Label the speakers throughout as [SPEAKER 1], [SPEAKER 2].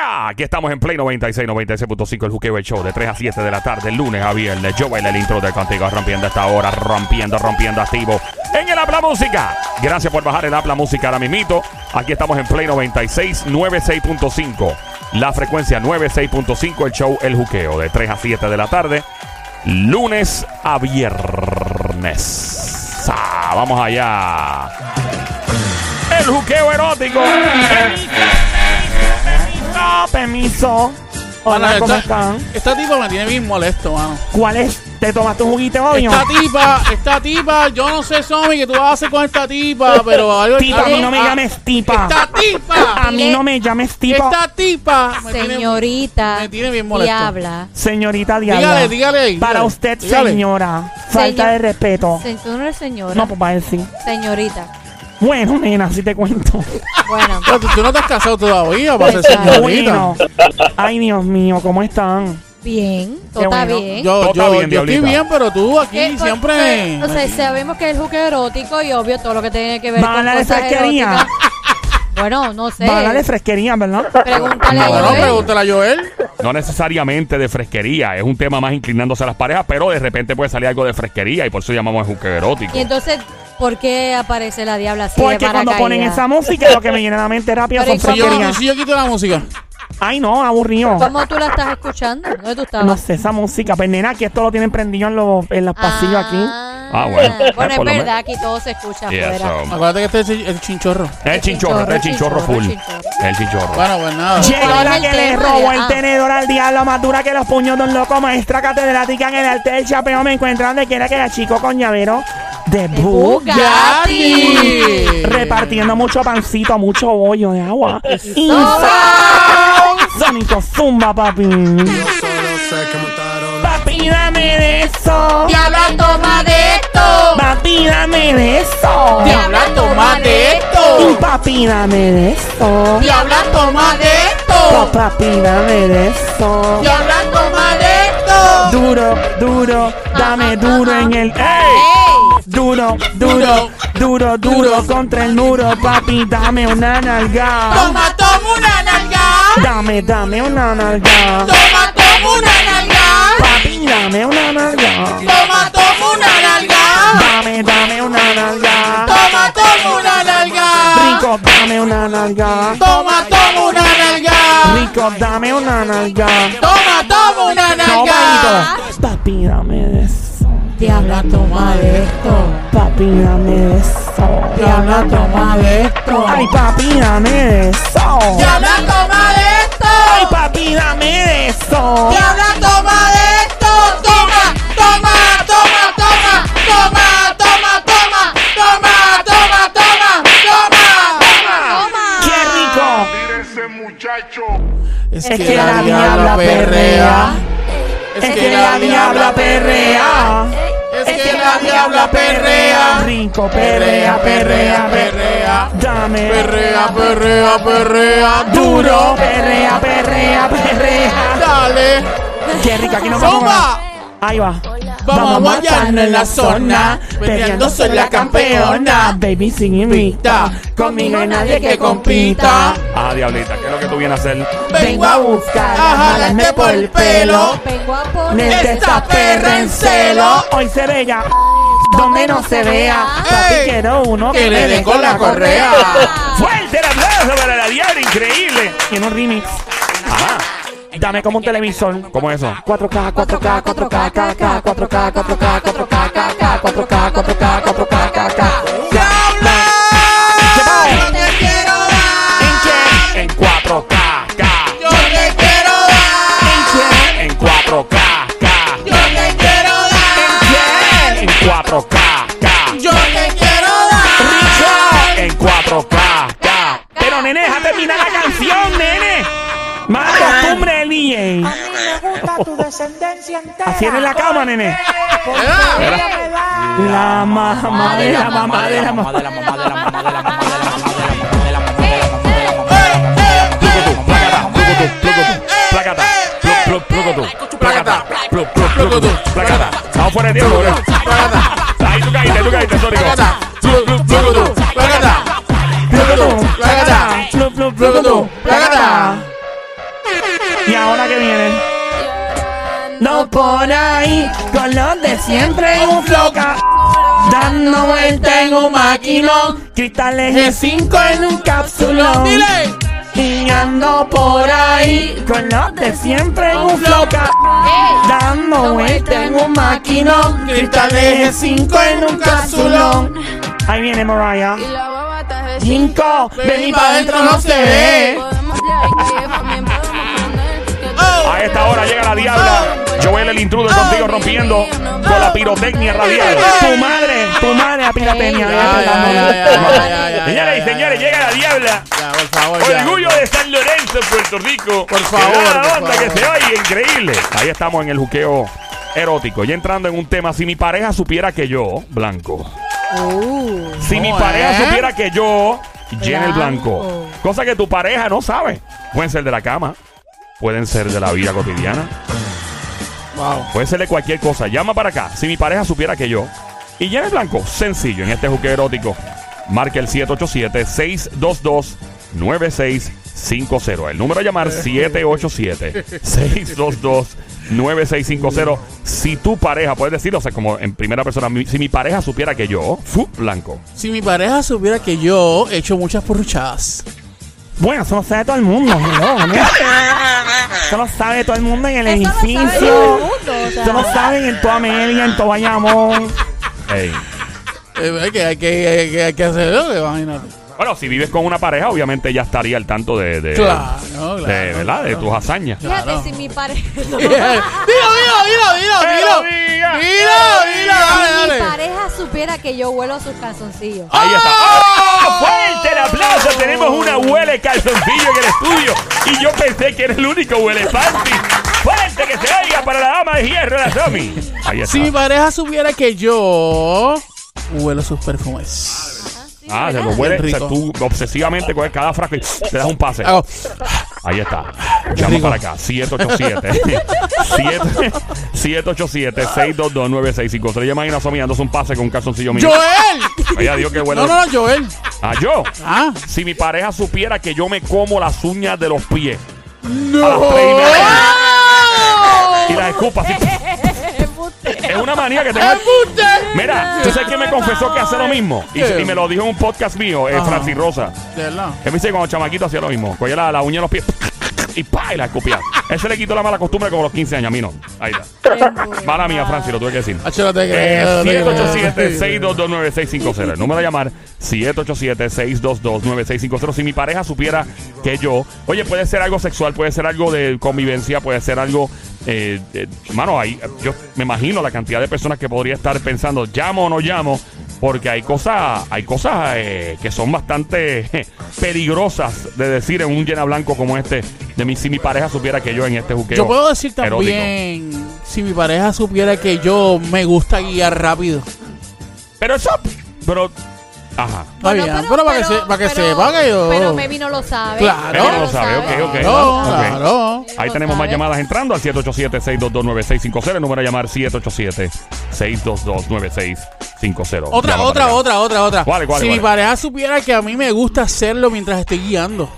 [SPEAKER 1] Aquí estamos en Play 96, 96.5, el Juqueo el Show, de 3 a 7 de la tarde, lunes a viernes. Yo bailo el intro del contigo, rompiendo esta hora, rompiendo, rompiendo activo en el Habla Música. Gracias por bajar el Habla Música ahora mismito. Aquí estamos en Play 96, 96.5. La frecuencia 96.5, el show El Juqueo, de 3 a 7 de la tarde, lunes a viernes. Ah, vamos allá. El Juqueo Erótico. No, permiso.
[SPEAKER 2] Mano,
[SPEAKER 1] Hola, ¿cómo
[SPEAKER 2] esta,
[SPEAKER 1] están?
[SPEAKER 2] esta tipa me tiene bien molesto, mano.
[SPEAKER 1] ¿Cuál es? ¿Te tomaste un juguito, hoy?
[SPEAKER 2] Esta tipa, esta tipa, yo no sé, Somi, que tú vas a hacer con esta tipa, pero algo
[SPEAKER 1] Tipa, a mí no me
[SPEAKER 2] ah,
[SPEAKER 1] llames tipa.
[SPEAKER 2] Esta
[SPEAKER 1] A
[SPEAKER 2] tipa,
[SPEAKER 1] mí no me llames tipo.
[SPEAKER 2] esta tipa, me tiene-
[SPEAKER 3] Señorita,
[SPEAKER 2] me tiene bien molesto.
[SPEAKER 3] diabla.
[SPEAKER 1] Señorita Diabla.
[SPEAKER 2] dígale, dígale ahí.
[SPEAKER 1] Para
[SPEAKER 2] dígale,
[SPEAKER 1] usted,
[SPEAKER 2] dígale.
[SPEAKER 1] señora. Falta
[SPEAKER 3] Señor-
[SPEAKER 1] de respeto.
[SPEAKER 3] Se- Tú no eres señora.
[SPEAKER 1] No, pues va a decir.
[SPEAKER 3] Señorita.
[SPEAKER 1] Bueno, nena, si te cuento.
[SPEAKER 3] Bueno,
[SPEAKER 2] Pero tú, tú no te has casado todavía para ser
[SPEAKER 3] Exacto.
[SPEAKER 2] señorita.
[SPEAKER 1] Bueno. Ay, Dios mío, ¿cómo están?
[SPEAKER 3] bien.
[SPEAKER 1] Qué
[SPEAKER 3] Todo está
[SPEAKER 1] bueno.
[SPEAKER 3] bien.
[SPEAKER 1] Todo
[SPEAKER 2] Yo,
[SPEAKER 1] está
[SPEAKER 2] yo,
[SPEAKER 1] bien,
[SPEAKER 2] yo estoy
[SPEAKER 1] diablita.
[SPEAKER 2] bien, pero tú aquí
[SPEAKER 3] Eh, pues,
[SPEAKER 2] siempre.
[SPEAKER 3] eh, O sea, sabemos que el juque erótico y obvio todo lo que tiene que ver
[SPEAKER 1] ¿Van a
[SPEAKER 3] con
[SPEAKER 1] hablar de
[SPEAKER 3] cosas
[SPEAKER 1] fresquería?
[SPEAKER 3] eróticas. Bueno, no sé.
[SPEAKER 1] Va a hablar de fresquería, ¿verdad?
[SPEAKER 3] Pregúntale a
[SPEAKER 2] "Ah,
[SPEAKER 3] Pues,
[SPEAKER 2] Bueno,
[SPEAKER 1] Joel.
[SPEAKER 2] pregúntale a Joel.
[SPEAKER 4] No necesariamente de fresquería, es un tema más inclinándose a las parejas, pero de repente puede salir algo de fresquería y por eso llamamos el juque erótico.
[SPEAKER 3] Y entonces, ¿por qué aparece la diabla así de
[SPEAKER 1] Porque cuando
[SPEAKER 3] paracaídas?
[SPEAKER 1] ponen esa música, lo que me llena la mente rápido
[SPEAKER 3] Pero
[SPEAKER 1] son
[SPEAKER 3] ¿y cómo?
[SPEAKER 2] Si yo,
[SPEAKER 1] fresquerías.
[SPEAKER 2] si yo quito la música.
[SPEAKER 1] Ay, no, aburrido.
[SPEAKER 3] ¿Cómo tú la estás escuchando? ¿Dónde tú estabas?
[SPEAKER 1] No sé, esa música. Pues, nena, aquí esto lo tienen prendido en los, en los pasillos aquí.
[SPEAKER 4] Ah, bueno.
[SPEAKER 3] Bueno, es
[SPEAKER 4] Por lo
[SPEAKER 3] verdad, aquí todo se escucha
[SPEAKER 4] Yeah,
[SPEAKER 3] afuera.
[SPEAKER 4] so.
[SPEAKER 2] Acuérdate que este es el- el chinchorro.
[SPEAKER 4] El chinchorro, el chinchorro full.
[SPEAKER 3] chinchorro.
[SPEAKER 4] El chinchorro.
[SPEAKER 2] Bueno, pues nada.
[SPEAKER 1] Llegó
[SPEAKER 3] ¿Cuál
[SPEAKER 1] la
[SPEAKER 3] es el
[SPEAKER 1] que le
[SPEAKER 3] tema?
[SPEAKER 1] robó
[SPEAKER 3] Ah.
[SPEAKER 1] el tenedor al diablo, más dura que los puños de un loco, maestra catedrática en el arte del chapeo. Me encuentran donde quiera que la chico con llavero de buga.
[SPEAKER 2] Bugatti.
[SPEAKER 1] Repartiendo mucho pancito, mucho bollo de agua. Sónico zumba, papi. Papi, dame de eso.
[SPEAKER 3] Diabla, toma de esto.
[SPEAKER 1] Papi, dame de eso.
[SPEAKER 2] Diabla, toma de
[SPEAKER 1] Y
[SPEAKER 2] esto.
[SPEAKER 1] Papi, dame de eso.
[SPEAKER 2] Diabla, toma de esto.
[SPEAKER 1] Papi, dame de eso.
[SPEAKER 2] Diabla, toma de esto.
[SPEAKER 1] Duro, duro, dame duro en el. ¡Ey!
[SPEAKER 3] ¡Ey!
[SPEAKER 1] Duro, duro, duro, duro contra el muro, papi, dame una nalga.
[SPEAKER 2] Toma, toma una nalga.
[SPEAKER 1] Dame, dame una nalga.
[SPEAKER 2] Toma, toma una nalga.
[SPEAKER 1] Papi, dame una nalga.
[SPEAKER 2] Toma, toma una nalga.
[SPEAKER 1] Dame, dame una nalga.
[SPEAKER 2] Toma, toma una nalga.
[SPEAKER 1] Rico, dame una nalga.
[SPEAKER 2] Toma, toma una nalga.
[SPEAKER 1] Rico, dame una nalga.
[SPEAKER 2] Toma, toma una
[SPEAKER 1] No,
[SPEAKER 2] nalga.
[SPEAKER 1] manito. Papi, dame de eso.
[SPEAKER 3] Diabla, toma de esto.
[SPEAKER 1] Papi, dame de eso.
[SPEAKER 2] Diabla, toma de esto.
[SPEAKER 1] Ay, papi, dame de eso.
[SPEAKER 2] Diabla, toma de
[SPEAKER 1] Ay,
[SPEAKER 2] esto.
[SPEAKER 1] papi, dame de eso.
[SPEAKER 2] Diabla, toma de esto. Toma, toma, toma, toma, toma, toma, toma, toma, toma, toma, toma,
[SPEAKER 3] Toma.
[SPEAKER 1] ¡Qué rico!
[SPEAKER 2] toma.
[SPEAKER 1] Es que la diabla perrea. Es que la diabla perrea.
[SPEAKER 2] Es que la diabla perrea.
[SPEAKER 1] Rico, perrea, perrea, perrea.
[SPEAKER 2] perrea.
[SPEAKER 1] Dame.
[SPEAKER 2] Perrea, perrea, perrea.
[SPEAKER 1] Duro, perrea, perrea, perrea.
[SPEAKER 2] Dale.
[SPEAKER 1] Qué rica, aquí nos vamos.
[SPEAKER 2] Zumba.
[SPEAKER 1] Ahí va.
[SPEAKER 2] Vamos a guayarnos en la zona,
[SPEAKER 1] Perreando
[SPEAKER 2] perreando soy la campeona.
[SPEAKER 1] Baby, sin invita. Conmigo nadie que compita.
[SPEAKER 4] Ah, diablita, ¿qué es lo que tú vienes a hacer?
[SPEAKER 1] Vengo a buscar.
[SPEAKER 2] a jalarte por el pelo.
[SPEAKER 3] Vengo a poner
[SPEAKER 1] Neta
[SPEAKER 2] Esta perra en celo.
[SPEAKER 1] Hoy se bella. Donde no se vea. Papi,
[SPEAKER 2] Ey.
[SPEAKER 1] quiero uno
[SPEAKER 2] Que le dé con la correa.
[SPEAKER 4] ¡Fuerte el aplauso para Pues, la diabla! ¡Increíble!
[SPEAKER 1] Tiene un remix.
[SPEAKER 4] Ajá.
[SPEAKER 1] Dame como un televisor.
[SPEAKER 4] ¿Cómo es eso?
[SPEAKER 1] 4K, 4K, 4K, 4K, 4K, 4K, 4K, 4K, 4K, 4K, 4K, 4K.
[SPEAKER 2] Diabla, yo te quiero dar.
[SPEAKER 4] ¿En qué? En 4K. K.
[SPEAKER 2] Yo te quiero dar.
[SPEAKER 4] En 4K. K.
[SPEAKER 2] Yo te quiero dar.
[SPEAKER 4] En 4K. K.
[SPEAKER 2] Yo te quiero dar.
[SPEAKER 4] En 4K. K.
[SPEAKER 1] Pero nene, deja terminar la canción, nene. Más costumbre del DJ.
[SPEAKER 5] A mí me gusta tu descendencia entera.
[SPEAKER 1] Así eres la cama, nene.
[SPEAKER 2] Mira,
[SPEAKER 5] Me da
[SPEAKER 1] La mamá de la mamá de la mamá.
[SPEAKER 4] Plucutú, placata, plucutú, plucutú, placata, plu- plu- plucutú, placata,
[SPEAKER 6] Eh,
[SPEAKER 4] plu- plu-
[SPEAKER 6] eh,
[SPEAKER 4] plucutú, placata. Estamos fuera de tiempo, bro. Ahí tú caíste, tú caíste, Sónico. Plu- plu- plucutú, placata.
[SPEAKER 1] Plucutú, placata, plu, plu, plucutú, placata. que viene. No por ahí, con los de siempre. Un floca. Dando vuelta en un maquinón. Cristales de 5 en un cápsulón. Y ando por ahí, con los de siempre. Un floca. Dando vuelta en un maquinón. Cristales de 5 en un cápsulón. Ahí viene Mariah.
[SPEAKER 2] Y la baba está de cinco.
[SPEAKER 1] 5, vení pa' adentro, no se
[SPEAKER 2] eh.
[SPEAKER 1] ve.
[SPEAKER 2] Podemos de ahí
[SPEAKER 3] eh,
[SPEAKER 2] que también podemos poner. Yo te
[SPEAKER 4] A esta hora llega la diabla. Joel el intruder contigo rompiendo con la pirotecnia radial.
[SPEAKER 1] Tu madre, tu madre, apíratenia.
[SPEAKER 6] Ay, ay, ay, ay, ay,
[SPEAKER 4] Señoras y
[SPEAKER 6] ay, ay,
[SPEAKER 4] señores,
[SPEAKER 6] ay.
[SPEAKER 4] llega la diabla.
[SPEAKER 6] Ya, por favor, ya.
[SPEAKER 4] Orgullo de San Lorenzo, Puerto Rico.
[SPEAKER 6] Por
[SPEAKER 4] Que
[SPEAKER 6] favor,
[SPEAKER 4] da la
[SPEAKER 6] por
[SPEAKER 4] onda que
[SPEAKER 6] favor.
[SPEAKER 4] se oye, increíble. Ahí estamos en el juqueo erótico. Y entrando en un tema, si mi pareja supiera que yo, blanco. Si mi
[SPEAKER 6] ¿Cómo
[SPEAKER 4] pareja
[SPEAKER 6] es?
[SPEAKER 4] supiera que yo, llena el blanco.
[SPEAKER 3] Blanco.
[SPEAKER 4] Cosa que tu pareja no sabe. Pueden ser de la cama, pueden ser de la vida cotidiana,
[SPEAKER 6] Wow.
[SPEAKER 4] puede ser de cualquier cosa. Llama para acá. Si mi pareja supiera que yo. Y llena el blanco. Sencillo, en este juqueo erótico. Marca el 787-622-9650. El número a llamar 787-622-9650. Si tu pareja, puedes decirlo, o sea, como en primera persona, mi- si mi pareja supiera que yo, fu, blanco.
[SPEAKER 6] Si mi pareja supiera que yo he hecho muchas porruchadas.
[SPEAKER 1] Bueno, eso lo sabe todo el mundo. hello, ¿no? Eso lo sabe todo el mundo en el
[SPEAKER 3] Eso lo sabe
[SPEAKER 1] edificio.
[SPEAKER 3] todo el mundo, o sea.
[SPEAKER 1] Eso lo saben en toda Amelia, en todo Bayamón.
[SPEAKER 4] Ey.
[SPEAKER 6] Eh, hay, que, hay, que, hay, que, hay que hacerlo, imagínate.
[SPEAKER 4] Bueno, si vives con una pareja, obviamente ya estaría al tanto de. de
[SPEAKER 6] Claro,
[SPEAKER 4] de-
[SPEAKER 6] claro.
[SPEAKER 4] ¿Verdad? De tus hazañas.
[SPEAKER 6] Claro.
[SPEAKER 3] Fíjate si mi pareja.
[SPEAKER 6] Dilo, dilo, dilo, dilo, dilo.
[SPEAKER 4] diga.
[SPEAKER 6] Dilo, dilo,
[SPEAKER 3] Si
[SPEAKER 6] dale,
[SPEAKER 3] mi
[SPEAKER 6] dale.
[SPEAKER 3] pareja supiera que yo huelo sus calzoncillos.
[SPEAKER 4] Ahí está.
[SPEAKER 6] Ah.
[SPEAKER 4] ¡Oh! ¡Fuerte el aplauso! Tenemos una huele calzoncillo en el estudio. Y yo pensé que era el único huele fancy. ¡Fuerte que se oiga para la dama de hierro, la Tommy! Ahí está.
[SPEAKER 6] Si mi pareja supiera que yo huelo sus perfumes.
[SPEAKER 4] ah, se lo
[SPEAKER 3] ¿verdad?
[SPEAKER 4] huele.
[SPEAKER 6] Bien
[SPEAKER 4] o sea,
[SPEAKER 6] rico. Ah,
[SPEAKER 4] tú obsesivamente coges cada frasco y te das un pase.
[SPEAKER 6] Hago,
[SPEAKER 4] Ahí está. Llama
[SPEAKER 6] rico.
[SPEAKER 4] para acá. 787. 787 622 9653 Yo imagino asomiándose un pase con un calzoncillo mío.
[SPEAKER 6] ¡Joel!
[SPEAKER 4] Vaya Dios que huele.
[SPEAKER 6] No, no, no, Joel.
[SPEAKER 4] Ah, yo.
[SPEAKER 6] Ah.
[SPEAKER 4] Si mi pareja supiera que yo me como las uñas de los pies. A las tres y
[SPEAKER 6] No.
[SPEAKER 4] media. ¡Ah! Y las escupo así. es una manía que tengo.
[SPEAKER 6] ¡Embuste!
[SPEAKER 4] Mira, tú sabes que me confesó que hace lo mismo. Y,
[SPEAKER 6] ¿Qué?
[SPEAKER 4] y me lo dijo en un podcast mío, eh,
[SPEAKER 6] Ajá.
[SPEAKER 4] Francis Rosa.
[SPEAKER 6] De verdad.
[SPEAKER 4] Él me dice que cuando chamaquito hacía lo mismo. Cogía la, la uña de los pies y pa, y la escupía. Él se le quitó la mala costumbre como a los 15 años. A mí no. Ahí está. Mala mía, Francis, lo tuve que decir.
[SPEAKER 6] Hacho, no te
[SPEAKER 4] Eh,
[SPEAKER 6] creo, no te creo.
[SPEAKER 4] 787-622-9650. El número a llamar, 787-622-9650. Si mi pareja supiera que yo, oye, puede ser algo sexual, puede ser algo de convivencia, puede ser algo... Eh, eh, mano, ahí, yo me imagino la cantidad de personas que podría estar pensando, llamo o no llamo, porque hay cosas hay cosas eh, que son bastante je, peligrosas de decir en un llena blanco como este. De mí, si mi pareja supiera que yo en este juqueo.
[SPEAKER 6] Yo puedo decir
[SPEAKER 4] erótico.
[SPEAKER 6] también, si mi pareja supiera que yo me gusta guiar rápido.
[SPEAKER 4] Pero eso. Pero. Ajá.
[SPEAKER 6] Está bien, pero para que se- para que sepa que yo...
[SPEAKER 3] Pero Memi no lo sabe.
[SPEAKER 6] Claro.
[SPEAKER 3] Memi
[SPEAKER 6] Memi no
[SPEAKER 4] sabe, ok, ok.
[SPEAKER 6] Claro,
[SPEAKER 4] Ok.
[SPEAKER 6] claro.
[SPEAKER 4] Ahí
[SPEAKER 3] Lo
[SPEAKER 4] tenemos más
[SPEAKER 3] sabe.
[SPEAKER 4] llamadas entrando al 787-622-9650. El número a llamar 787-622-9650. Llama
[SPEAKER 6] Otra,
[SPEAKER 4] para
[SPEAKER 6] otra,
[SPEAKER 4] acá.
[SPEAKER 6] otra, otra, otra.
[SPEAKER 4] ¿Cuál, cuál,
[SPEAKER 6] si
[SPEAKER 4] cuál?
[SPEAKER 6] mi pareja supiera que a mí me gusta hacerlo mientras estoy guiando.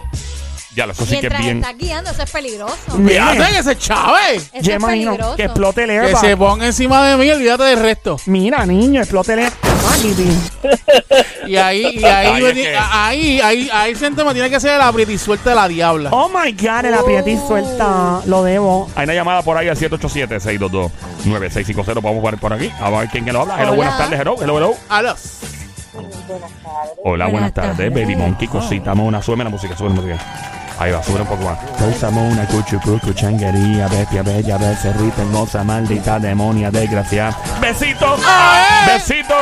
[SPEAKER 4] Ya, eso sí que es
[SPEAKER 3] Mientras
[SPEAKER 4] bien.
[SPEAKER 3] está guiando, eso es peligroso.
[SPEAKER 1] Bien.
[SPEAKER 6] Fíjate que se chave.
[SPEAKER 3] Eso
[SPEAKER 1] Yo
[SPEAKER 3] es
[SPEAKER 1] imagino
[SPEAKER 3] peligroso.
[SPEAKER 1] que explote el
[SPEAKER 6] Que
[SPEAKER 1] airbag.
[SPEAKER 6] se ponga encima de mí y olvídate del resto.
[SPEAKER 1] Mira, niño, explote el airbag.
[SPEAKER 6] Y ahí, y ahí,
[SPEAKER 4] Ay,
[SPEAKER 6] me
[SPEAKER 4] es
[SPEAKER 6] ti-
[SPEAKER 4] que-
[SPEAKER 6] ahí, ahí, ahí gente me tiene que hacer la prieta y suelta de la diabla.
[SPEAKER 1] Oh my god, el apriete y
[SPEAKER 3] Uh.
[SPEAKER 1] suelta. Lo debo.
[SPEAKER 4] Hay una llamada por ahí al 787-622-9650. Vamos a poner por aquí. A ver quién que nos habla. Hello,
[SPEAKER 3] Hola.
[SPEAKER 4] buenas tardes. Hello, hello, hello.
[SPEAKER 6] A los.
[SPEAKER 4] Hola, buenas,
[SPEAKER 3] Buenas
[SPEAKER 4] tardes.
[SPEAKER 3] tardes.
[SPEAKER 4] Baby Monkey, cosita mona. Súbeme la música, súbeme la música. Ahí va, sube un poco más. Cosa mona, cuchucucu, changuería, bestia bella, becerrita hermosa, maldita, demonia, desgraciada. Besito. Besito.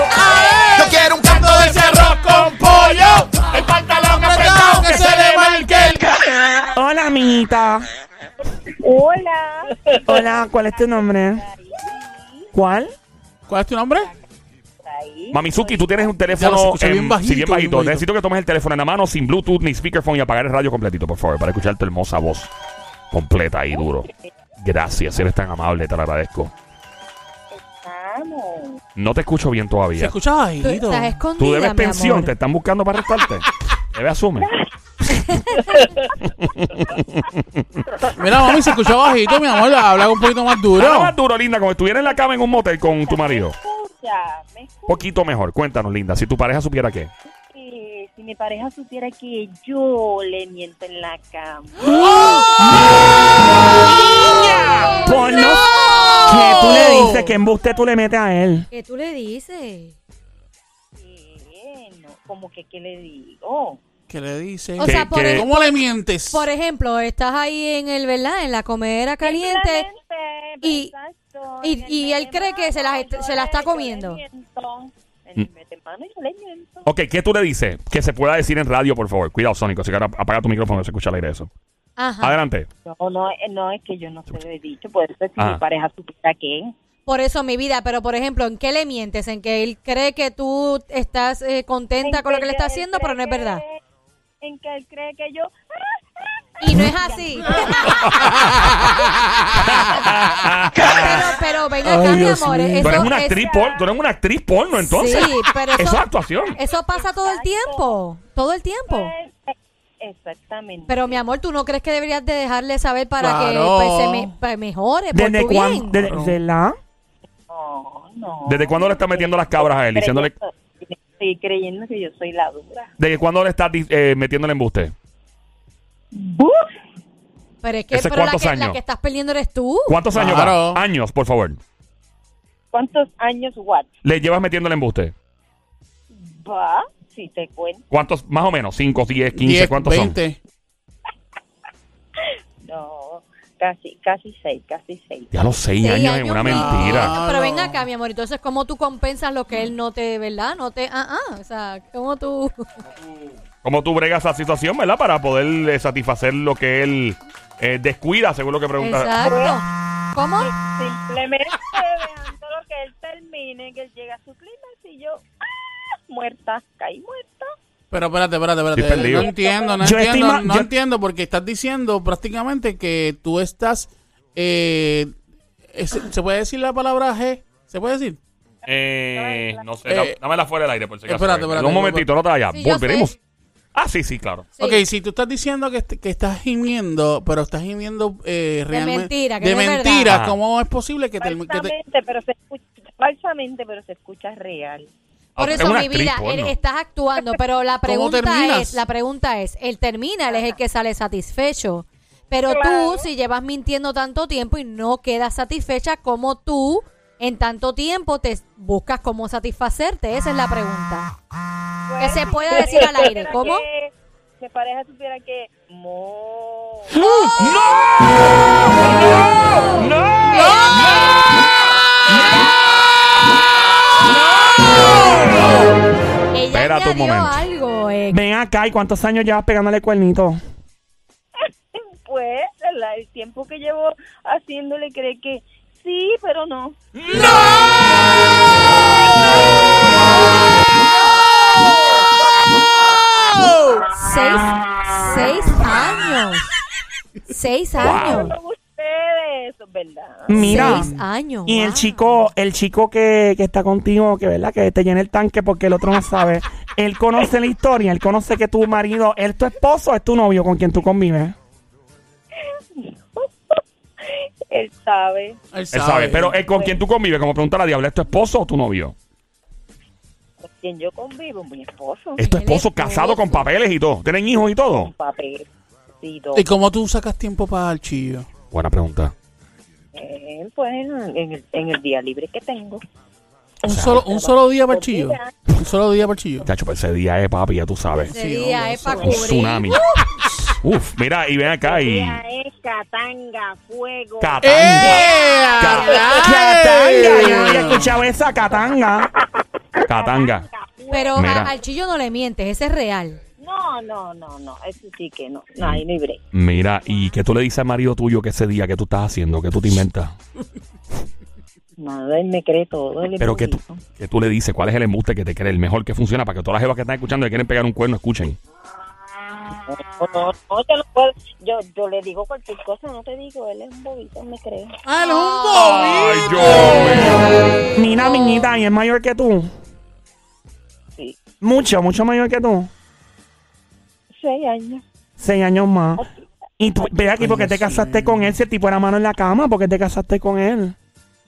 [SPEAKER 6] Yo quiero un canto de ese arroz con pollo. El pantalón apretado que se le marque el
[SPEAKER 1] Hola, amiguita.
[SPEAKER 7] Hola,
[SPEAKER 1] Hola, ¿cuál es tu nombre? ¿Cuál?
[SPEAKER 6] ¿Cuál es tu nombre?
[SPEAKER 4] Mamizuki, tú tienes un
[SPEAKER 6] Ya lo
[SPEAKER 4] teléfono.
[SPEAKER 6] escuché bien
[SPEAKER 4] em,
[SPEAKER 6] bajito,
[SPEAKER 4] sí, bien
[SPEAKER 6] bien
[SPEAKER 4] bajito.
[SPEAKER 6] bajito.
[SPEAKER 4] Necesito que tomes el teléfono en la mano sin Bluetooth ni speakerphone y apagar el radio completito, por favor, para escuchar tu hermosa voz completa y duro. Gracias, eres tan amable, te lo agradezco.
[SPEAKER 7] estamos.
[SPEAKER 4] No te escucho bien
[SPEAKER 6] ¿Se
[SPEAKER 4] todavía.
[SPEAKER 6] escucha
[SPEAKER 3] Tú
[SPEAKER 6] bajito?
[SPEAKER 3] estás escondida,
[SPEAKER 4] Tú debes
[SPEAKER 3] mi
[SPEAKER 4] pensión,
[SPEAKER 3] amor.
[SPEAKER 4] te están buscando para arrestarte. Debes asumir.
[SPEAKER 8] Mira, mami, se escuchó bajito, mi amor. Habla un poquito más
[SPEAKER 4] Habla
[SPEAKER 8] duro.
[SPEAKER 4] más duro, linda, como estuviera en la cama en un motel con tu marido.
[SPEAKER 5] Escucha, me escucha.
[SPEAKER 4] Poquito mejor. Cuéntanos, linda, si tu pareja supiera qué.
[SPEAKER 5] Si mi pareja supiera que yo le miento en la cama.
[SPEAKER 1] Por Pues no- Que tú le dices que embuste tú le metes a él.
[SPEAKER 3] ¿Qué tú le dices?
[SPEAKER 5] ¿Qué? No, como que, ¿qué le digo?
[SPEAKER 8] ¿Qué le dice?
[SPEAKER 3] O
[SPEAKER 4] Que-
[SPEAKER 3] sea, por,
[SPEAKER 4] que-
[SPEAKER 3] ej-
[SPEAKER 8] ¿Cómo le mientes?
[SPEAKER 3] por ejemplo, estás ahí en el, ¿verdad? En la comedera caliente.
[SPEAKER 5] Simplemente,
[SPEAKER 3] y-
[SPEAKER 5] exacto,
[SPEAKER 3] y-
[SPEAKER 5] me
[SPEAKER 3] y él cree que se las est-
[SPEAKER 5] yo
[SPEAKER 3] se las está
[SPEAKER 5] le- yo le
[SPEAKER 3] comiendo.
[SPEAKER 5] miento. Él me mete mano y yo le miento.
[SPEAKER 4] Ok, ¿qué tú le dices? Que se pueda decir en radio, por favor. Cuidado, Sónico. Así que ahora apaga tu micrófono, se escucha al aire eso.
[SPEAKER 3] Ajá.
[SPEAKER 4] Adelante.
[SPEAKER 5] No, no, eh, no, es que yo no se lo he dicho. Por eso, si
[SPEAKER 4] Ah.
[SPEAKER 5] mi pareja supiera que...
[SPEAKER 3] Por eso mi vida, pero por ejemplo, ¿en qué le mientes? ¿En que él cree que tú estás eh, contenta
[SPEAKER 5] en
[SPEAKER 3] con lo que le
[SPEAKER 5] él
[SPEAKER 3] está
[SPEAKER 5] cree
[SPEAKER 3] haciendo, pero no es
[SPEAKER 5] que-
[SPEAKER 3] verdad?
[SPEAKER 5] En que él cree que yo...
[SPEAKER 3] Y no es así. pero, pero ven acá, mi
[SPEAKER 1] Dios
[SPEAKER 3] amor.
[SPEAKER 1] mío.
[SPEAKER 4] Tú
[SPEAKER 3] Eso
[SPEAKER 4] eres Ah. una
[SPEAKER 3] es-
[SPEAKER 4] actriz porno, tú eres una actriz porno, entonces.
[SPEAKER 3] Sí, pero eso-
[SPEAKER 4] eso es actuación.
[SPEAKER 3] Eso pasa todo el tiempo. Todo el tiempo.
[SPEAKER 5] pues, Exactamente.
[SPEAKER 3] Pero mi amor, ¿tú no crees que deberías de dejarle saber para
[SPEAKER 8] Claro.
[SPEAKER 3] que pues, se me- pa- mejore? Por
[SPEAKER 1] ¿Desde
[SPEAKER 3] tu
[SPEAKER 1] cuándo?
[SPEAKER 3] bien?
[SPEAKER 1] Desde, ¿verdad?
[SPEAKER 5] No, no.
[SPEAKER 4] ¿Desde cuándo le estás metiendo las cabras a él? Diciéndole,
[SPEAKER 5] Creyendo- Estoy creyendo que yo soy la dura.
[SPEAKER 4] ¿Desde cuándo le estás di- eh, metiendo el embuste?
[SPEAKER 3] Pero es que
[SPEAKER 4] ¿Ese
[SPEAKER 3] pero la,
[SPEAKER 4] cuántos
[SPEAKER 3] que, la
[SPEAKER 4] años?
[SPEAKER 3] que estás perdiendo eres tú.
[SPEAKER 4] ¿Cuántos años
[SPEAKER 8] Claro.
[SPEAKER 4] va? Años, por favor.
[SPEAKER 5] ¿Cuántos años what?
[SPEAKER 4] ¿Le llevas metiendo el embuste?
[SPEAKER 5] Va, si te cuento.
[SPEAKER 4] ¿Cuántos, más o menos? ¿5, 10, 15?
[SPEAKER 8] 10,
[SPEAKER 4] ¿Cuántos son?
[SPEAKER 8] 20.
[SPEAKER 5] No, casi, casi seis, casi seis.
[SPEAKER 4] Ya los 6
[SPEAKER 3] Seis
[SPEAKER 4] años es
[SPEAKER 3] años
[SPEAKER 4] una
[SPEAKER 3] y-
[SPEAKER 4] mentira.
[SPEAKER 8] Ah,
[SPEAKER 3] Pero
[SPEAKER 8] no.
[SPEAKER 3] ven acá, mi amor. Entonces, ¿cómo tú compensas lo que él no te, verdad? No te, ah, ah. O sea, ¿cómo tú?
[SPEAKER 4] ¿Cómo tú bregas esa situación, verdad? Para poder eh, satisfacer lo que él eh, descuida, según lo que pregunta.
[SPEAKER 3] Exacto. ¿Cómo?
[SPEAKER 5] Simplemente dejándolo que él termine, que él llegue a su clímax y yo, ¡ah! Muerta, caí muerta.
[SPEAKER 8] Pero espérate, espérate, espérate.
[SPEAKER 4] Estoy perdido.
[SPEAKER 8] No entiendo, no
[SPEAKER 1] Yo estoy
[SPEAKER 8] entiendo,
[SPEAKER 1] ma-
[SPEAKER 8] no
[SPEAKER 1] yo-
[SPEAKER 8] entiendo porque estás diciendo prácticamente que tú estás... eh, es- ¿Se puede decir la palabra G? ¿Se puede decir?
[SPEAKER 4] Eh, no sé,
[SPEAKER 8] Eh,
[SPEAKER 4] da- dámela fuera del aire, por si acaso.
[SPEAKER 8] espérate, espérate.
[SPEAKER 4] un momentito, no te vayas.
[SPEAKER 3] Sí, yo
[SPEAKER 4] Volveremos.
[SPEAKER 3] sé.
[SPEAKER 4] Ah, sí, sí, claro.
[SPEAKER 3] Sí.
[SPEAKER 8] Ok, si tú estás diciendo que, est- que estás gimiendo, pero estás gimiendo eh, realmente...
[SPEAKER 3] mentira, que
[SPEAKER 8] de
[SPEAKER 3] no es verdad.
[SPEAKER 8] mentira,
[SPEAKER 4] Ajá.
[SPEAKER 8] ¿cómo es posible que te... que te-
[SPEAKER 5] Falsamente, pero se escucha, falsamente, pero se escucha real.
[SPEAKER 3] Por
[SPEAKER 4] Ah,
[SPEAKER 3] eso,
[SPEAKER 4] es una
[SPEAKER 3] mi vida,
[SPEAKER 4] actriz
[SPEAKER 3] él-
[SPEAKER 4] porno.
[SPEAKER 3] estás actuando, pero la pregunta
[SPEAKER 8] terminas?
[SPEAKER 3] es, la pregunta es, él termina, él es el que sale satisfecho. Pero
[SPEAKER 5] Claro.
[SPEAKER 3] tú, si llevas mintiendo tanto tiempo y no quedas satisfecha, como tú en tanto tiempo te buscas cómo satisfacerte? Esa es la pregunta. Que se pueda decir al aire,
[SPEAKER 5] Supiera
[SPEAKER 3] ¿cómo?
[SPEAKER 5] que- Mi pareja supiera que... "Mo".
[SPEAKER 3] Ella
[SPEAKER 4] Espérate un
[SPEAKER 3] añadió
[SPEAKER 4] momento.
[SPEAKER 3] algo. eh,
[SPEAKER 1] Ven acá, ¿y cuántos años llevas pegándole cuernito?
[SPEAKER 5] Pues la- el tiempo que llevo haciéndole cree que sí, pero no.
[SPEAKER 3] seis, seis años. Seis años.
[SPEAKER 5] Son ustedes, eso es verdad.
[SPEAKER 1] Mira.
[SPEAKER 3] Seis años.
[SPEAKER 1] Y el
[SPEAKER 3] wow.
[SPEAKER 1] chico, el chico que, que está contigo, que verdad, que te llena el tanque porque el otro no sabe. Él conoce la historia, él conoce que tu marido, él tu esposo, es tu novio con quien tú convives.
[SPEAKER 5] Él sabe.
[SPEAKER 8] Él
[SPEAKER 4] Él sabe, pero eh, ¿con quién tú convives? Como pregunta la diabla, ¿es tu esposo o tu novio?
[SPEAKER 5] Con quien yo convivo, mi esposo.
[SPEAKER 4] ¿Es tu
[SPEAKER 3] El
[SPEAKER 4] esposo casado
[SPEAKER 3] esposo.
[SPEAKER 4] con papeles y todo? ¿Tienen hijos y todo?
[SPEAKER 5] Un papel.
[SPEAKER 4] Eh,
[SPEAKER 5] Sí, dos.
[SPEAKER 8] ¿Y cómo tú sacas tiempo para el chillo?
[SPEAKER 4] Buena pregunta.
[SPEAKER 5] Eh, pues en el, en el día libre que tengo.
[SPEAKER 8] Un solo, un solo día para el chillo.
[SPEAKER 5] Mira.
[SPEAKER 8] Un solo día para el chillo.
[SPEAKER 4] Chacho, pues ese día es, papi, ya tú sabes.
[SPEAKER 3] Ese
[SPEAKER 8] Sí,
[SPEAKER 3] día
[SPEAKER 8] hombre,
[SPEAKER 3] es para
[SPEAKER 4] Un
[SPEAKER 3] cubrir.
[SPEAKER 4] tsunami.
[SPEAKER 3] Uh.
[SPEAKER 4] Uf, mira, y ven acá y...
[SPEAKER 5] Ella es Catanga, fuego.
[SPEAKER 4] Catanga.
[SPEAKER 8] ¡Eh!
[SPEAKER 1] Catanga, yo no había escuchado esa catanga.
[SPEAKER 4] Catanga.
[SPEAKER 3] Pero a-
[SPEAKER 4] Mira.
[SPEAKER 3] al chillo no le mientes, ese es real.
[SPEAKER 5] No, no, no, no. Eso sí que no. No, ahí no hay break.
[SPEAKER 4] Mira, ¿y qué tú le dices al marido tuyo que ese día que tú estás haciendo, que tú te inventas?
[SPEAKER 5] Nada, él me cree todo. él es
[SPEAKER 4] Pero que tú,
[SPEAKER 5] bonito.
[SPEAKER 4] que tú le dices cuál es el embuste que te cree, el mejor que funciona, para que todas las jevas que están escuchando y quieren pegar un cuerno escuchen.
[SPEAKER 5] No, no, no, te lo puedo- Yo, yo le digo cualquier cosa, no te digo. Él es un bobito, él me cree.
[SPEAKER 8] ¡Ah, él es un bobby!
[SPEAKER 1] Mira, miñita, y es mayor que tú.
[SPEAKER 5] Sí.
[SPEAKER 1] Mucho, mucho mayor que tú.
[SPEAKER 5] Seis años.
[SPEAKER 1] seis años más. Y tú, ve aquí, porque te casaste con él? Si el tipo era mano en la cama, porque te casaste con él?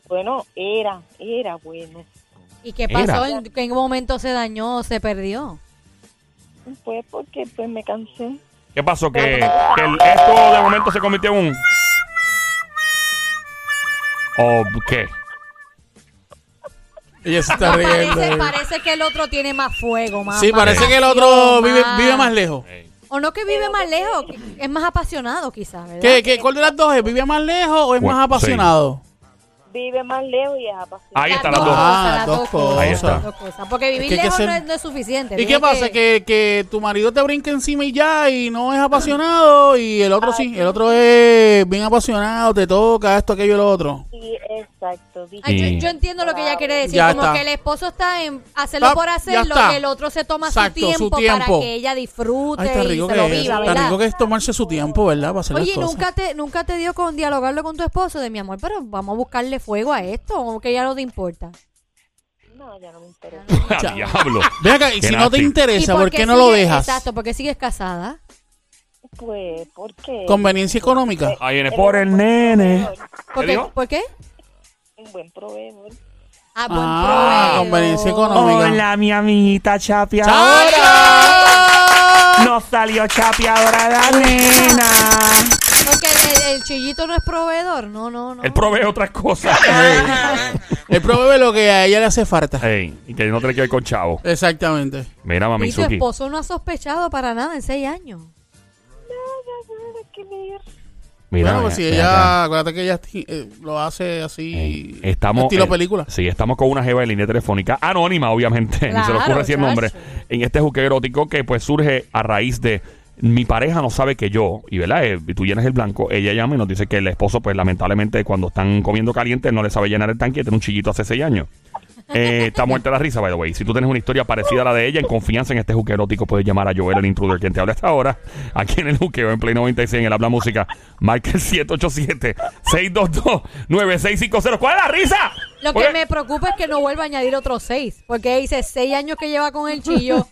[SPEAKER 5] Bueno, era, era bueno.
[SPEAKER 3] ¿Y qué
[SPEAKER 4] Mira.
[SPEAKER 3] pasó? ¿En qué momento se dañó o se perdió?
[SPEAKER 5] Pues porque pues me cansé.
[SPEAKER 4] ¿Qué pasó? Que, que el- esto de momento se convirtió en un. ¿O qué?
[SPEAKER 8] Ella se está
[SPEAKER 3] Parece,
[SPEAKER 8] riendo.
[SPEAKER 3] parece que el otro tiene más fuego, más
[SPEAKER 6] Sí,
[SPEAKER 3] más
[SPEAKER 6] parece que el otro
[SPEAKER 3] pasión,
[SPEAKER 6] vive, vive más lejos.
[SPEAKER 3] O no que vive más lejos, que es más apasionado quizás, ¿verdad?
[SPEAKER 6] ¿Qué, qué, ¿Cuál de las dos es? ¿Vive más lejos o es
[SPEAKER 4] Bueno,
[SPEAKER 6] más apasionado?
[SPEAKER 5] Vive más lejos y es apasionado.
[SPEAKER 4] Ahí está las dos.
[SPEAKER 6] Ah,
[SPEAKER 3] las
[SPEAKER 6] dos cosas.
[SPEAKER 4] Ahí está.
[SPEAKER 3] las dos cosas. Porque vivir
[SPEAKER 6] que hay que
[SPEAKER 3] lejos
[SPEAKER 6] ser-
[SPEAKER 3] no, es, no es suficiente.
[SPEAKER 6] ¿Y
[SPEAKER 3] tiene
[SPEAKER 6] qué pasa? Que, que tu marido te brinca encima y ya, y no es apasionado, y el otro sí, el otro es bien apasionado, te toca esto, aquello, lo otro.
[SPEAKER 5] Sí, exacto. vi-
[SPEAKER 3] Ay,
[SPEAKER 4] Sí.
[SPEAKER 3] yo, yo entiendo lo que ella quiere decir,
[SPEAKER 6] Ya
[SPEAKER 3] como
[SPEAKER 6] está.
[SPEAKER 3] que el esposo está en hacerlo
[SPEAKER 6] Ah,
[SPEAKER 3] por
[SPEAKER 6] ya
[SPEAKER 3] hacerlo
[SPEAKER 6] está.
[SPEAKER 3] y el otro se toma
[SPEAKER 6] Exacto,
[SPEAKER 3] su,
[SPEAKER 6] su
[SPEAKER 3] tiempo
[SPEAKER 6] tiempo.
[SPEAKER 3] para que ella disfrute
[SPEAKER 6] Ay, está
[SPEAKER 3] y
[SPEAKER 6] rico
[SPEAKER 3] se lo
[SPEAKER 6] que es.
[SPEAKER 3] viva,
[SPEAKER 6] Está
[SPEAKER 3] ¿verdad?
[SPEAKER 6] rico que es tomarse su tiempo, ¿verdad? Para hacer
[SPEAKER 3] Oye,
[SPEAKER 6] las cosas.
[SPEAKER 3] nunca te, nunca te dio con dialogarlo con tu esposo de mi amor, pero vamos a buscarle fuego a esto, o que ya no te importa.
[SPEAKER 5] No, ya no me interesa.
[SPEAKER 4] ¡Ah, diablo!
[SPEAKER 6] Ve acá, y
[SPEAKER 4] Qué
[SPEAKER 6] si no te
[SPEAKER 4] nasty.
[SPEAKER 6] interesa,
[SPEAKER 3] ¿Y
[SPEAKER 6] ¿por qué no lo
[SPEAKER 3] sigues-
[SPEAKER 6] dejas?
[SPEAKER 3] Exacto, porque sigues casada.
[SPEAKER 5] Pues, ¿por qué?
[SPEAKER 6] Conveniencia económica.
[SPEAKER 4] Ahí viene.
[SPEAKER 1] Por el nene.
[SPEAKER 3] ¿Por
[SPEAKER 4] ¿Qué
[SPEAKER 3] qué?
[SPEAKER 4] dijo?
[SPEAKER 3] ¿Por qué?
[SPEAKER 5] Un buen proveedor.
[SPEAKER 3] Ah, buen
[SPEAKER 6] Ah,
[SPEAKER 3] proveedor.
[SPEAKER 6] conveniencia económica.
[SPEAKER 1] Hola, mi amiguita chapeadora.
[SPEAKER 6] ¡Chacha!
[SPEAKER 1] Nos salió chapeadora la nena.
[SPEAKER 3] Porque el, el chillito no es proveedor, no, no, no.
[SPEAKER 4] Él provee otras cosas.
[SPEAKER 6] El provee lo que a ella le hace falta.
[SPEAKER 4] Ey, y que no tiene que ver con chavo.
[SPEAKER 6] Exactamente.
[SPEAKER 4] Mira, mami
[SPEAKER 3] y tu
[SPEAKER 4] Suki.
[SPEAKER 3] esposo no ha sospechado para nada en seis años.
[SPEAKER 4] Mira,
[SPEAKER 6] bueno, pues si
[SPEAKER 4] mira acá.
[SPEAKER 6] ella, acuérdate que ella ti- eh, lo hace así,
[SPEAKER 4] Ey, estamos
[SPEAKER 6] estilo
[SPEAKER 4] eh,
[SPEAKER 6] película.
[SPEAKER 4] Sí, estamos con una jeva de línea telefónica anónima, obviamente, ni se le
[SPEAKER 3] Claro,
[SPEAKER 4] ocurre decir nombre,
[SPEAKER 3] chacho.
[SPEAKER 4] en este juque erótico que pues surge a raíz de mi pareja no sabe que yo, y ¿verdad? Eh, tú llenas el blanco, ella llama y nos dice que el esposo pues lamentablemente cuando están comiendo caliente no le sabe llenar el tanque, tiene un chillito hace seis años. Eh, está muerta la risa, by the way. Si tú tienes una historia parecida a la de ella, en confianza en este juque erótico, puedes llamar a Joel, el intruder, quien te habla hasta ahora. Aquí en el juqueo, en Play 96, en el Habla Música. Marca el 787-622-9650. ¿Cuál es la risa?
[SPEAKER 3] Lo
[SPEAKER 4] Oye,
[SPEAKER 3] que me preocupa es que no vuelva a añadir otros seis. Porque dice seis años que lleva con el chillo.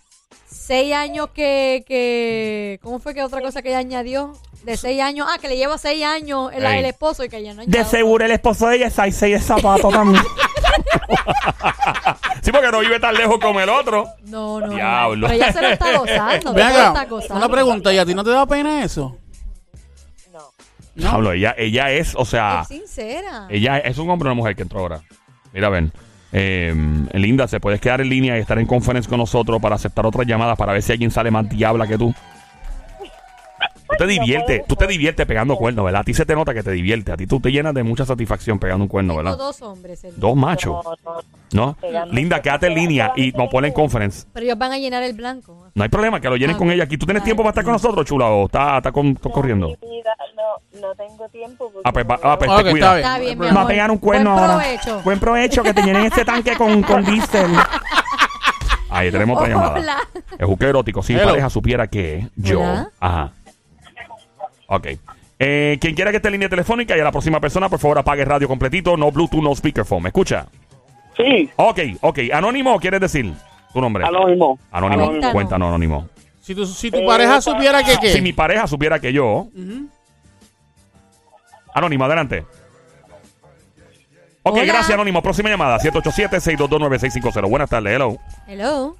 [SPEAKER 3] seis años que, que. ¿Cómo fue que otra cosa que ella añadió? De seis años. Ah, que le lleva seis años el,
[SPEAKER 4] Ey.
[SPEAKER 3] el esposo y que ella no
[SPEAKER 1] De
[SPEAKER 3] añadió.
[SPEAKER 1] seguro el esposo de ella es 6 de zapato también.
[SPEAKER 4] Sí, porque no vive tan lejos como el otro.
[SPEAKER 3] No, no, no.
[SPEAKER 4] Diablo.
[SPEAKER 3] Pero ella se lo está gozando.
[SPEAKER 6] Ve
[SPEAKER 3] ella se lo
[SPEAKER 6] acá,
[SPEAKER 3] está gozando.
[SPEAKER 6] una pregunta, ¿y a ti no te da pena eso?
[SPEAKER 5] No.
[SPEAKER 6] No.
[SPEAKER 4] Pablo, ella, ella es, o sea,
[SPEAKER 3] Es sincera.
[SPEAKER 4] ella es un hombre o una mujer que entró ahora. Mira, ven. Eh, Linda, ¿se puedes quedar en línea y estar en conference con nosotros para aceptar otras llamadas para ver si alguien sale más diabla que tú? Tú te diviertes, tú te diviertes pegando cuernos, ¿verdad? A ti se te nota que te diviertes. A ti tú te llenas de mucha satisfacción pegando un cuerno,
[SPEAKER 3] Tengo
[SPEAKER 4] ¿verdad?
[SPEAKER 3] dos hombres. el-
[SPEAKER 4] Dos machos,
[SPEAKER 5] No, no, no.
[SPEAKER 4] ¿no?
[SPEAKER 5] Pegando.
[SPEAKER 4] Linda, quédate en línea y nos ponen en conference.
[SPEAKER 3] Pero ellos van a llenar el blanco.
[SPEAKER 4] No hay problema, que lo llenen
[SPEAKER 3] Ah,
[SPEAKER 4] con ella aquí. ¿Tú tienes tiempo para estar con nosotros, chula? ¿O está, está, con- está corriendo?
[SPEAKER 5] Mi vida, no, no tengo tiempo. porque
[SPEAKER 4] Ah, pues, va-
[SPEAKER 5] me
[SPEAKER 4] ah, pues
[SPEAKER 6] Ok,
[SPEAKER 4] te cuida.
[SPEAKER 6] está
[SPEAKER 3] Está
[SPEAKER 6] bien.
[SPEAKER 3] bien,
[SPEAKER 6] no
[SPEAKER 3] mi
[SPEAKER 6] hay
[SPEAKER 3] amor.
[SPEAKER 1] Va a pegar un cuerno
[SPEAKER 3] Buen
[SPEAKER 1] ahora.
[SPEAKER 3] provecho.
[SPEAKER 4] Pues-
[SPEAKER 1] Buen provecho que te llenen este tanque con, con diésel.
[SPEAKER 4] Ahí tenemos otra
[SPEAKER 3] Hola.
[SPEAKER 4] llamada. El juqueo erótico. Si mi
[SPEAKER 6] Hello.
[SPEAKER 4] pareja supiera que yo.
[SPEAKER 3] Hola.
[SPEAKER 4] Ajá. Ok. Eh, quien quiera que esté en línea telefónica y a la próxima persona, por favor, apague radio completito. No Bluetooth, no speakerphone. ¿Me escucha?
[SPEAKER 9] Sí,
[SPEAKER 4] Ok, ok. ¿Anónimo o quieres decir tu nombre?
[SPEAKER 9] anónimo.
[SPEAKER 4] Anónimo.
[SPEAKER 3] Anónimo.
[SPEAKER 4] Cuéntanos, anónimo.
[SPEAKER 6] Si tu, si tu pareja supiera que
[SPEAKER 4] Oh, ah,
[SPEAKER 6] qué.
[SPEAKER 4] Si mi pareja supiera que yo.
[SPEAKER 6] Ujú.
[SPEAKER 4] Anónimo, adelante. Ok,
[SPEAKER 3] Hola.
[SPEAKER 4] gracias, Anónimo. Próxima llamada, 787-622-9650. Buenas tardes, hello.
[SPEAKER 3] Hello.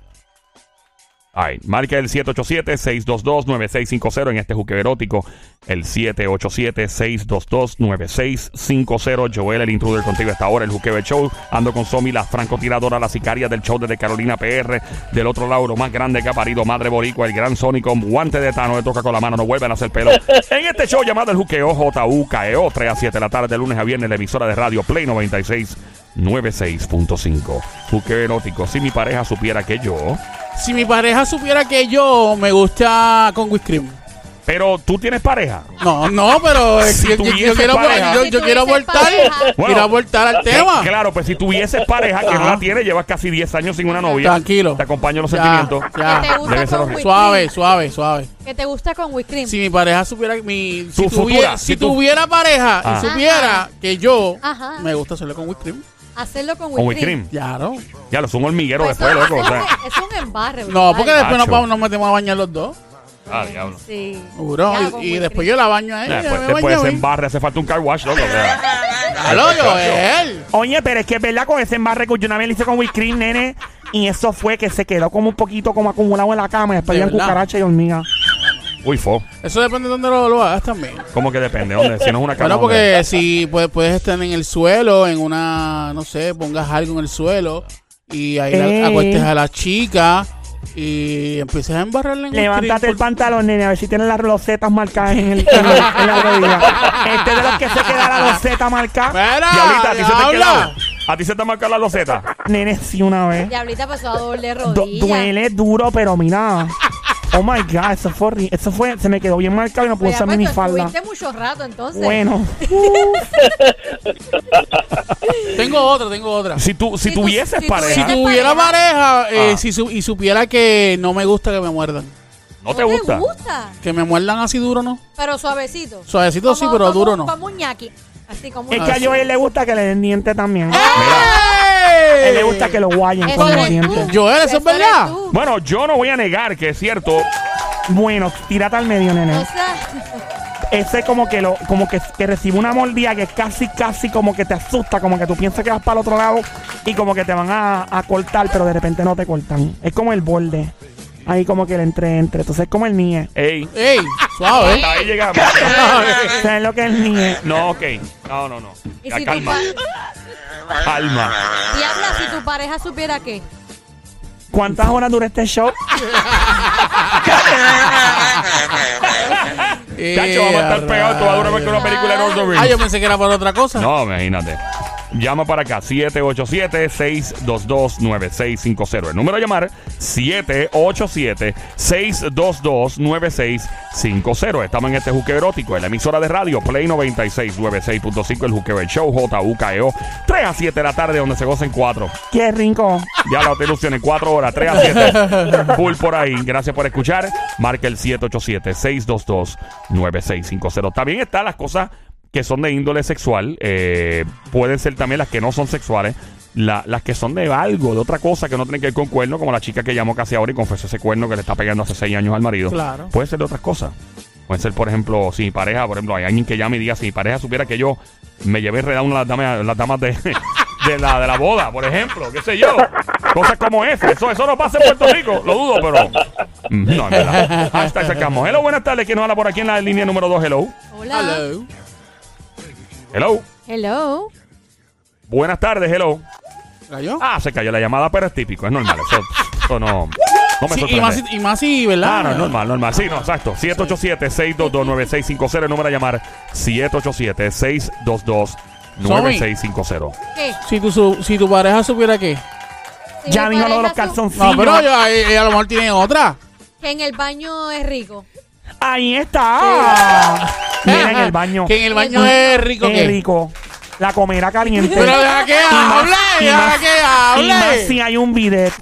[SPEAKER 4] Ay, marca el 787-622-9650 en este juque erótico. El 787-622-9650. Joel, el intruder contigo hasta ahora, el juqueo show. Ando con Somi, la francotiradora, la sicaria del show desde Carolina PR. Del otro lado, lo más grande que ha parido, madre boricua, el gran Sony con guante de Tano. Le toca con la mano, no vuelven a hacer pelo. en este show llamado el juqueo, JUKEO, 3 E a 7 de la tarde, de lunes a viernes, la emisora de radio Play 96. 96.5 Juqueo erótico Si mi pareja supiera que yo
[SPEAKER 6] Si mi pareja supiera que yo me gusta con whipped cream.
[SPEAKER 4] Pero tú tienes pareja.
[SPEAKER 6] No, no, pero eh,
[SPEAKER 4] Si
[SPEAKER 6] yo, yo- yo
[SPEAKER 4] tuviese
[SPEAKER 6] quiero,
[SPEAKER 4] pareja.
[SPEAKER 6] yo,
[SPEAKER 3] Si
[SPEAKER 6] yo quiero
[SPEAKER 3] tuviese
[SPEAKER 6] abortar,
[SPEAKER 3] pareja.
[SPEAKER 4] Bueno.
[SPEAKER 6] quiero abortar al tema.
[SPEAKER 4] Eh, claro, pues si tuvieses pareja que no
[SPEAKER 6] Ajá.
[SPEAKER 4] la tienes, llevas casi 10 años sin una novia.
[SPEAKER 6] Tranquilo.
[SPEAKER 4] Te acompaño en los
[SPEAKER 6] Ya,
[SPEAKER 4] sentimientos.
[SPEAKER 6] ya.
[SPEAKER 3] Que te gusta
[SPEAKER 4] Debe ser
[SPEAKER 3] con
[SPEAKER 4] horrible.
[SPEAKER 3] whipped
[SPEAKER 6] Suave,
[SPEAKER 3] cream.
[SPEAKER 6] suave, suave.
[SPEAKER 3] Que te gusta con whipped cream.
[SPEAKER 6] Si mi pareja supiera que mi
[SPEAKER 4] Tu
[SPEAKER 6] si,
[SPEAKER 4] futura,
[SPEAKER 6] tuviera,
[SPEAKER 4] si
[SPEAKER 6] si
[SPEAKER 4] tu-
[SPEAKER 6] tuviera pareja
[SPEAKER 4] Ajá.
[SPEAKER 6] y supiera que yo
[SPEAKER 3] Ajá.
[SPEAKER 6] me gusta hacerlo con whipped cream.
[SPEAKER 3] Hacerlo con
[SPEAKER 4] Con
[SPEAKER 3] whipped
[SPEAKER 4] whipped cream.
[SPEAKER 6] Claro.
[SPEAKER 4] Ya, lo es un hormiguero
[SPEAKER 3] Pues
[SPEAKER 4] después,
[SPEAKER 3] eso-
[SPEAKER 4] loco. o sea.
[SPEAKER 3] es un embarre.
[SPEAKER 6] No,
[SPEAKER 3] brutal.
[SPEAKER 6] porque después nos
[SPEAKER 4] Nacho.
[SPEAKER 6] vamos, nos metemos a bañar los dos.
[SPEAKER 8] Ah, diablo.
[SPEAKER 3] Sí.
[SPEAKER 6] Seguro.
[SPEAKER 3] Ya,
[SPEAKER 6] Y-
[SPEAKER 3] con
[SPEAKER 6] Y,
[SPEAKER 3] muy
[SPEAKER 6] después yo la baño a ella.
[SPEAKER 4] Eh, pues,
[SPEAKER 6] me
[SPEAKER 4] después
[SPEAKER 6] baño
[SPEAKER 4] se pues,
[SPEAKER 6] bien.
[SPEAKER 4] embarra, hace falta un car wash, loco. o sea.
[SPEAKER 6] Al hoyo, él.
[SPEAKER 1] Oye, pero es que es verdad con ese embarre que yo una vez le hice con Will Cream, nene. Y eso fue que se quedó como un poquito como acumulado en la cama. Y después
[SPEAKER 6] De
[SPEAKER 1] había
[SPEAKER 6] verdad.
[SPEAKER 1] cucaracha y hormiga.
[SPEAKER 4] Uy, fo.
[SPEAKER 6] Eso depende de dónde lo, lo hagas también.
[SPEAKER 4] ¿Cómo que depende? ¿Dónde? Si no es una cama.
[SPEAKER 6] Bueno,
[SPEAKER 4] ¿dónde?
[SPEAKER 6] porque si puedes, puedes estar en el suelo, en una, no sé, pongas algo en el suelo y ahí
[SPEAKER 1] Eh.
[SPEAKER 6] la, acuestes a la chica y empieces a embarrarle en un
[SPEAKER 1] Levántate el
[SPEAKER 6] crin-
[SPEAKER 1] pantalón, nene, a ver si tienes las rosetas marcadas en, el, en, la- en la rodilla. Este es de los que se queda la roseta marcada.
[SPEAKER 6] ¡Espera!
[SPEAKER 4] Diablita, ¿a ti se te ha
[SPEAKER 6] ¡Diabla!
[SPEAKER 4] quedado? ¿A ti se te ha marcado la loseta?
[SPEAKER 1] Nene, sí, una vez.
[SPEAKER 3] Diablita pasó a doble
[SPEAKER 1] Du-
[SPEAKER 3] rodilla.
[SPEAKER 1] duele duro, pero mira. Oh my god, eso fue horrible. Eso fue, se me quedó bien marcado y no pude
[SPEAKER 3] Oye,
[SPEAKER 1] usar
[SPEAKER 3] Paco,
[SPEAKER 1] minifalda.
[SPEAKER 3] pues, Estuviste mucho rato entonces.
[SPEAKER 1] Bueno,
[SPEAKER 6] Tengo otra, tengo otra.
[SPEAKER 4] Si, tú, si,
[SPEAKER 3] Si tú-
[SPEAKER 4] tuvieses
[SPEAKER 3] si
[SPEAKER 4] pareja,
[SPEAKER 6] Si
[SPEAKER 3] tuvieras-
[SPEAKER 6] tuviera pareja eh,
[SPEAKER 4] Ah.
[SPEAKER 6] si su- y supiera que no me gusta que me muerdan.
[SPEAKER 4] ¿no te gusta?
[SPEAKER 6] Que me muerdan así duro, ¿no?
[SPEAKER 3] Pero suavecito.
[SPEAKER 6] Suavecito sí,
[SPEAKER 3] Como-
[SPEAKER 6] pero
[SPEAKER 3] como-
[SPEAKER 6] duro no.
[SPEAKER 3] Como un ñaqui. Así como
[SPEAKER 1] es
[SPEAKER 3] un
[SPEAKER 1] que a Joel le gusta que le den diente también. A
[SPEAKER 6] ¡Ey!
[SPEAKER 1] él le gusta que lo guayen
[SPEAKER 3] Eso
[SPEAKER 1] con los
[SPEAKER 3] eres
[SPEAKER 1] dientes.
[SPEAKER 3] Eh, tú.
[SPEAKER 6] Joel, eso es
[SPEAKER 3] eres
[SPEAKER 6] verdad.
[SPEAKER 3] tú.
[SPEAKER 4] Bueno, yo no voy a negar que es cierto.
[SPEAKER 1] Bueno, tírate al medio,
[SPEAKER 3] O
[SPEAKER 1] nene.
[SPEAKER 3] sea,
[SPEAKER 1] Ese como que lo, como que, que recibe una mordida que casi, casi como que te asusta, como que tú piensas que vas para el otro lado y como que te van a, a cortar, pero de repente no te cortan. Es como el borde. Ahí como que el entre entre. Entonces es como el nie.
[SPEAKER 4] Ey,
[SPEAKER 6] ¡Ey! Suave.
[SPEAKER 4] hasta ahí llegamos.
[SPEAKER 1] ¿Sabes lo que es el nie?
[SPEAKER 4] No, ok. No, no, no.
[SPEAKER 3] y
[SPEAKER 4] Ya,
[SPEAKER 3] si, tu
[SPEAKER 4] calma,
[SPEAKER 3] pa-
[SPEAKER 4] calma.
[SPEAKER 3] Diabla, si tu pareja supiera que
[SPEAKER 1] ¿Cuántas horas dura este show?
[SPEAKER 6] Eh,
[SPEAKER 4] Chacho, vamos a estar pegados. Tú vas a durar más que una película de
[SPEAKER 6] Ah, yo
[SPEAKER 4] Orson
[SPEAKER 6] pensé que era para otra cosa.
[SPEAKER 4] No, imagínate. Llama para acá, 787-622-9650. El número a llamar, 787-622-9650. Estamos en este juque erótico, en la emisora de radio Play 96, 96.5, el juqueo del show, JUKEO, 3 E a 7 de la tarde, donde se gocen 4.
[SPEAKER 1] Qué rico.
[SPEAKER 4] Ya la te ilusiones, 4 horas, 3 a 7. Full por ahí. Gracias por escuchar. Marca el 787-622-9650. También están las cosas que son de índole sexual. eh, pueden ser también las que no son sexuales. la- las que son de algo, de otra cosa que no tienen que ver con cuerno, como la chica que llamó casi ahora y confesó ese cuerno que le está pegando hace 6 años al marido.
[SPEAKER 6] Claro.
[SPEAKER 4] Puede ser de otras cosas. Puede ser, por ejemplo, si mi pareja, por ejemplo, hay alguien que llame y diga, si mi pareja supiera que yo me llevé enredado a las damas, las damas de, de, la, de la boda, por ejemplo, qué sé yo. Cosas como esa. Eso, eso no pasa en Puerto Rico, lo dudo, pero... mm, No, en verdad. Hasta sacamos. Hello, buenas tardes. ¿Quién nos habla por aquí en la línea número 2? Hello.
[SPEAKER 3] Hola. Hello.
[SPEAKER 6] Hello.
[SPEAKER 4] Hello. Buenas tardes, hello.
[SPEAKER 6] ¿Cayó?
[SPEAKER 4] Ah, se cayó la llamada, pero es típico, es normal. Eso, eso no, no me
[SPEAKER 6] Sí, y,
[SPEAKER 4] sorprende.
[SPEAKER 6] más, si- y más si, ¿verdad?
[SPEAKER 4] Ah, no, normal, normal. Sí, no, exacto. 787-622-9650, el número a llamar. 787-622-9650.
[SPEAKER 3] ¿Qué?
[SPEAKER 6] Si tu, su- si tu pareja supiera que.
[SPEAKER 3] Si
[SPEAKER 1] Ya
[SPEAKER 3] mi
[SPEAKER 1] dijo lo de los
[SPEAKER 3] pareja su-
[SPEAKER 6] No,
[SPEAKER 1] calzoncillos.
[SPEAKER 6] pero yo- ahí- ella a lo mejor tiene otra.
[SPEAKER 3] Que en el baño es rico.
[SPEAKER 1] Ahí está. Mira en el baño.
[SPEAKER 6] Que en el baño es rico
[SPEAKER 1] Qué
[SPEAKER 6] que.
[SPEAKER 1] rico. La comera caliente.
[SPEAKER 6] Pero deja que
[SPEAKER 1] Y más-
[SPEAKER 6] hable,
[SPEAKER 1] y
[SPEAKER 6] deja
[SPEAKER 1] más-
[SPEAKER 6] que
[SPEAKER 1] Y más si
[SPEAKER 6] hable.
[SPEAKER 1] hay un bidet.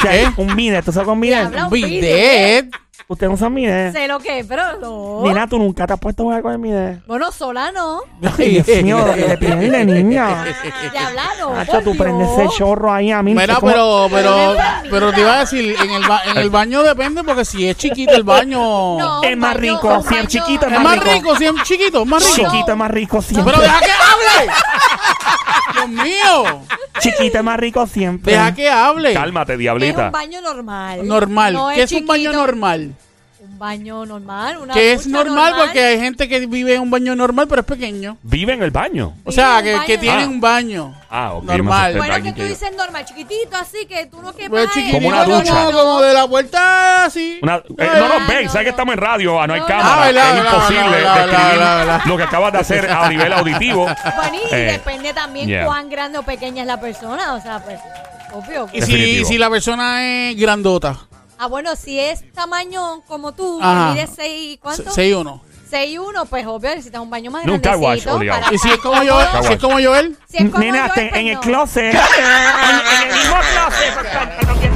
[SPEAKER 1] Si hay
[SPEAKER 6] ¿Qué?
[SPEAKER 1] un bidet. ¿Tú sabes con bidet?
[SPEAKER 3] Diabla, un bidet.
[SPEAKER 6] Bidet.
[SPEAKER 1] Ustedes no son bidet.
[SPEAKER 3] Sé lo que es, pero no.
[SPEAKER 1] Eh. Mira, tú nunca te has puesto a jugar con el bidet.
[SPEAKER 3] Bueno, sola no.
[SPEAKER 1] Ay, Dios mío, lo que te pierde, niña.
[SPEAKER 3] Diabla no.
[SPEAKER 1] Hacho,
[SPEAKER 3] Oh, por
[SPEAKER 1] tú
[SPEAKER 3] Dios.
[SPEAKER 1] prendes ese chorro ahí a mí.
[SPEAKER 6] Mira,
[SPEAKER 1] es como-
[SPEAKER 6] pero, pero, pero te iba a decir, en el, ba- en el baño depende, porque si es chiquito el baño.
[SPEAKER 3] No,
[SPEAKER 1] Es más
[SPEAKER 3] un
[SPEAKER 1] rico,
[SPEAKER 3] baño- un
[SPEAKER 1] si es
[SPEAKER 3] baño-
[SPEAKER 1] chiquito, es
[SPEAKER 6] Es más rico, si es chiquito, es más rico.
[SPEAKER 1] Chiquito es más rico siempre.
[SPEAKER 6] Pero deja que hable. Dios mío.
[SPEAKER 1] Chiquito es más rico siempre.
[SPEAKER 6] Deja que hable.
[SPEAKER 4] Cálmate,
[SPEAKER 3] Es
[SPEAKER 4] diablita.
[SPEAKER 3] un baño normal.
[SPEAKER 6] Normal.
[SPEAKER 3] No
[SPEAKER 6] ¿Qué es un baño
[SPEAKER 3] chiquito.
[SPEAKER 6] normal?
[SPEAKER 3] Un baño normal. Una
[SPEAKER 6] Que es
[SPEAKER 3] ducha
[SPEAKER 6] normal porque hay gente que vive en un baño normal, pero es pequeño.
[SPEAKER 4] Vive en el baño.
[SPEAKER 6] O sea,
[SPEAKER 3] Vive en
[SPEAKER 6] que,
[SPEAKER 3] un
[SPEAKER 6] que
[SPEAKER 3] baño
[SPEAKER 6] tiene
[SPEAKER 4] normal.
[SPEAKER 6] un baño.
[SPEAKER 4] Ah, ok,
[SPEAKER 6] Normal.
[SPEAKER 4] más
[SPEAKER 3] Bueno, que
[SPEAKER 4] Alguien
[SPEAKER 3] tú
[SPEAKER 4] que-
[SPEAKER 3] dices normal, chiquitito, así que tú no quepas.
[SPEAKER 6] Pues
[SPEAKER 3] en-
[SPEAKER 6] chiquitito,
[SPEAKER 4] Como una
[SPEAKER 6] como,
[SPEAKER 4] ducha.
[SPEAKER 6] como de la vuelta así.
[SPEAKER 4] Una- eh,
[SPEAKER 6] Ay,
[SPEAKER 4] no nos ven,
[SPEAKER 3] no,
[SPEAKER 4] sabes que
[SPEAKER 3] no.
[SPEAKER 4] estamos en radio, ah, no hay
[SPEAKER 3] No, no.
[SPEAKER 4] cámara.
[SPEAKER 6] Ah, verdad,
[SPEAKER 4] es
[SPEAKER 6] verdad,
[SPEAKER 4] imposible
[SPEAKER 6] verdad, verdad,
[SPEAKER 4] describir
[SPEAKER 6] verdad, verdad.
[SPEAKER 4] lo que acabas de hacer a nivel auditivo.
[SPEAKER 3] Bueno, y
[SPEAKER 4] Eh,
[SPEAKER 3] depende también
[SPEAKER 4] yeah.
[SPEAKER 3] cuán grande o pequeña es la persona. O sea, pues, obvio.
[SPEAKER 6] Y si,
[SPEAKER 4] Definitivo.
[SPEAKER 6] si la persona es grandota,
[SPEAKER 3] Ah, bueno, si es tamaño como tú,
[SPEAKER 6] Ajá.
[SPEAKER 3] que mides 6, ¿cuánto?
[SPEAKER 6] 6-1.
[SPEAKER 3] 6'1", pues obvio necesitas un baño más
[SPEAKER 4] No, un
[SPEAKER 3] grandecito.
[SPEAKER 4] car wash, obligado.
[SPEAKER 3] para
[SPEAKER 6] Y si es
[SPEAKER 3] estar
[SPEAKER 6] como
[SPEAKER 3] cómodo.
[SPEAKER 6] Joel, si es como Joel,
[SPEAKER 3] Si es como
[SPEAKER 1] Nena,
[SPEAKER 3] yo,
[SPEAKER 1] te-
[SPEAKER 3] pues
[SPEAKER 1] en el
[SPEAKER 3] no.
[SPEAKER 1] closet. pues, en, en el mismo closet.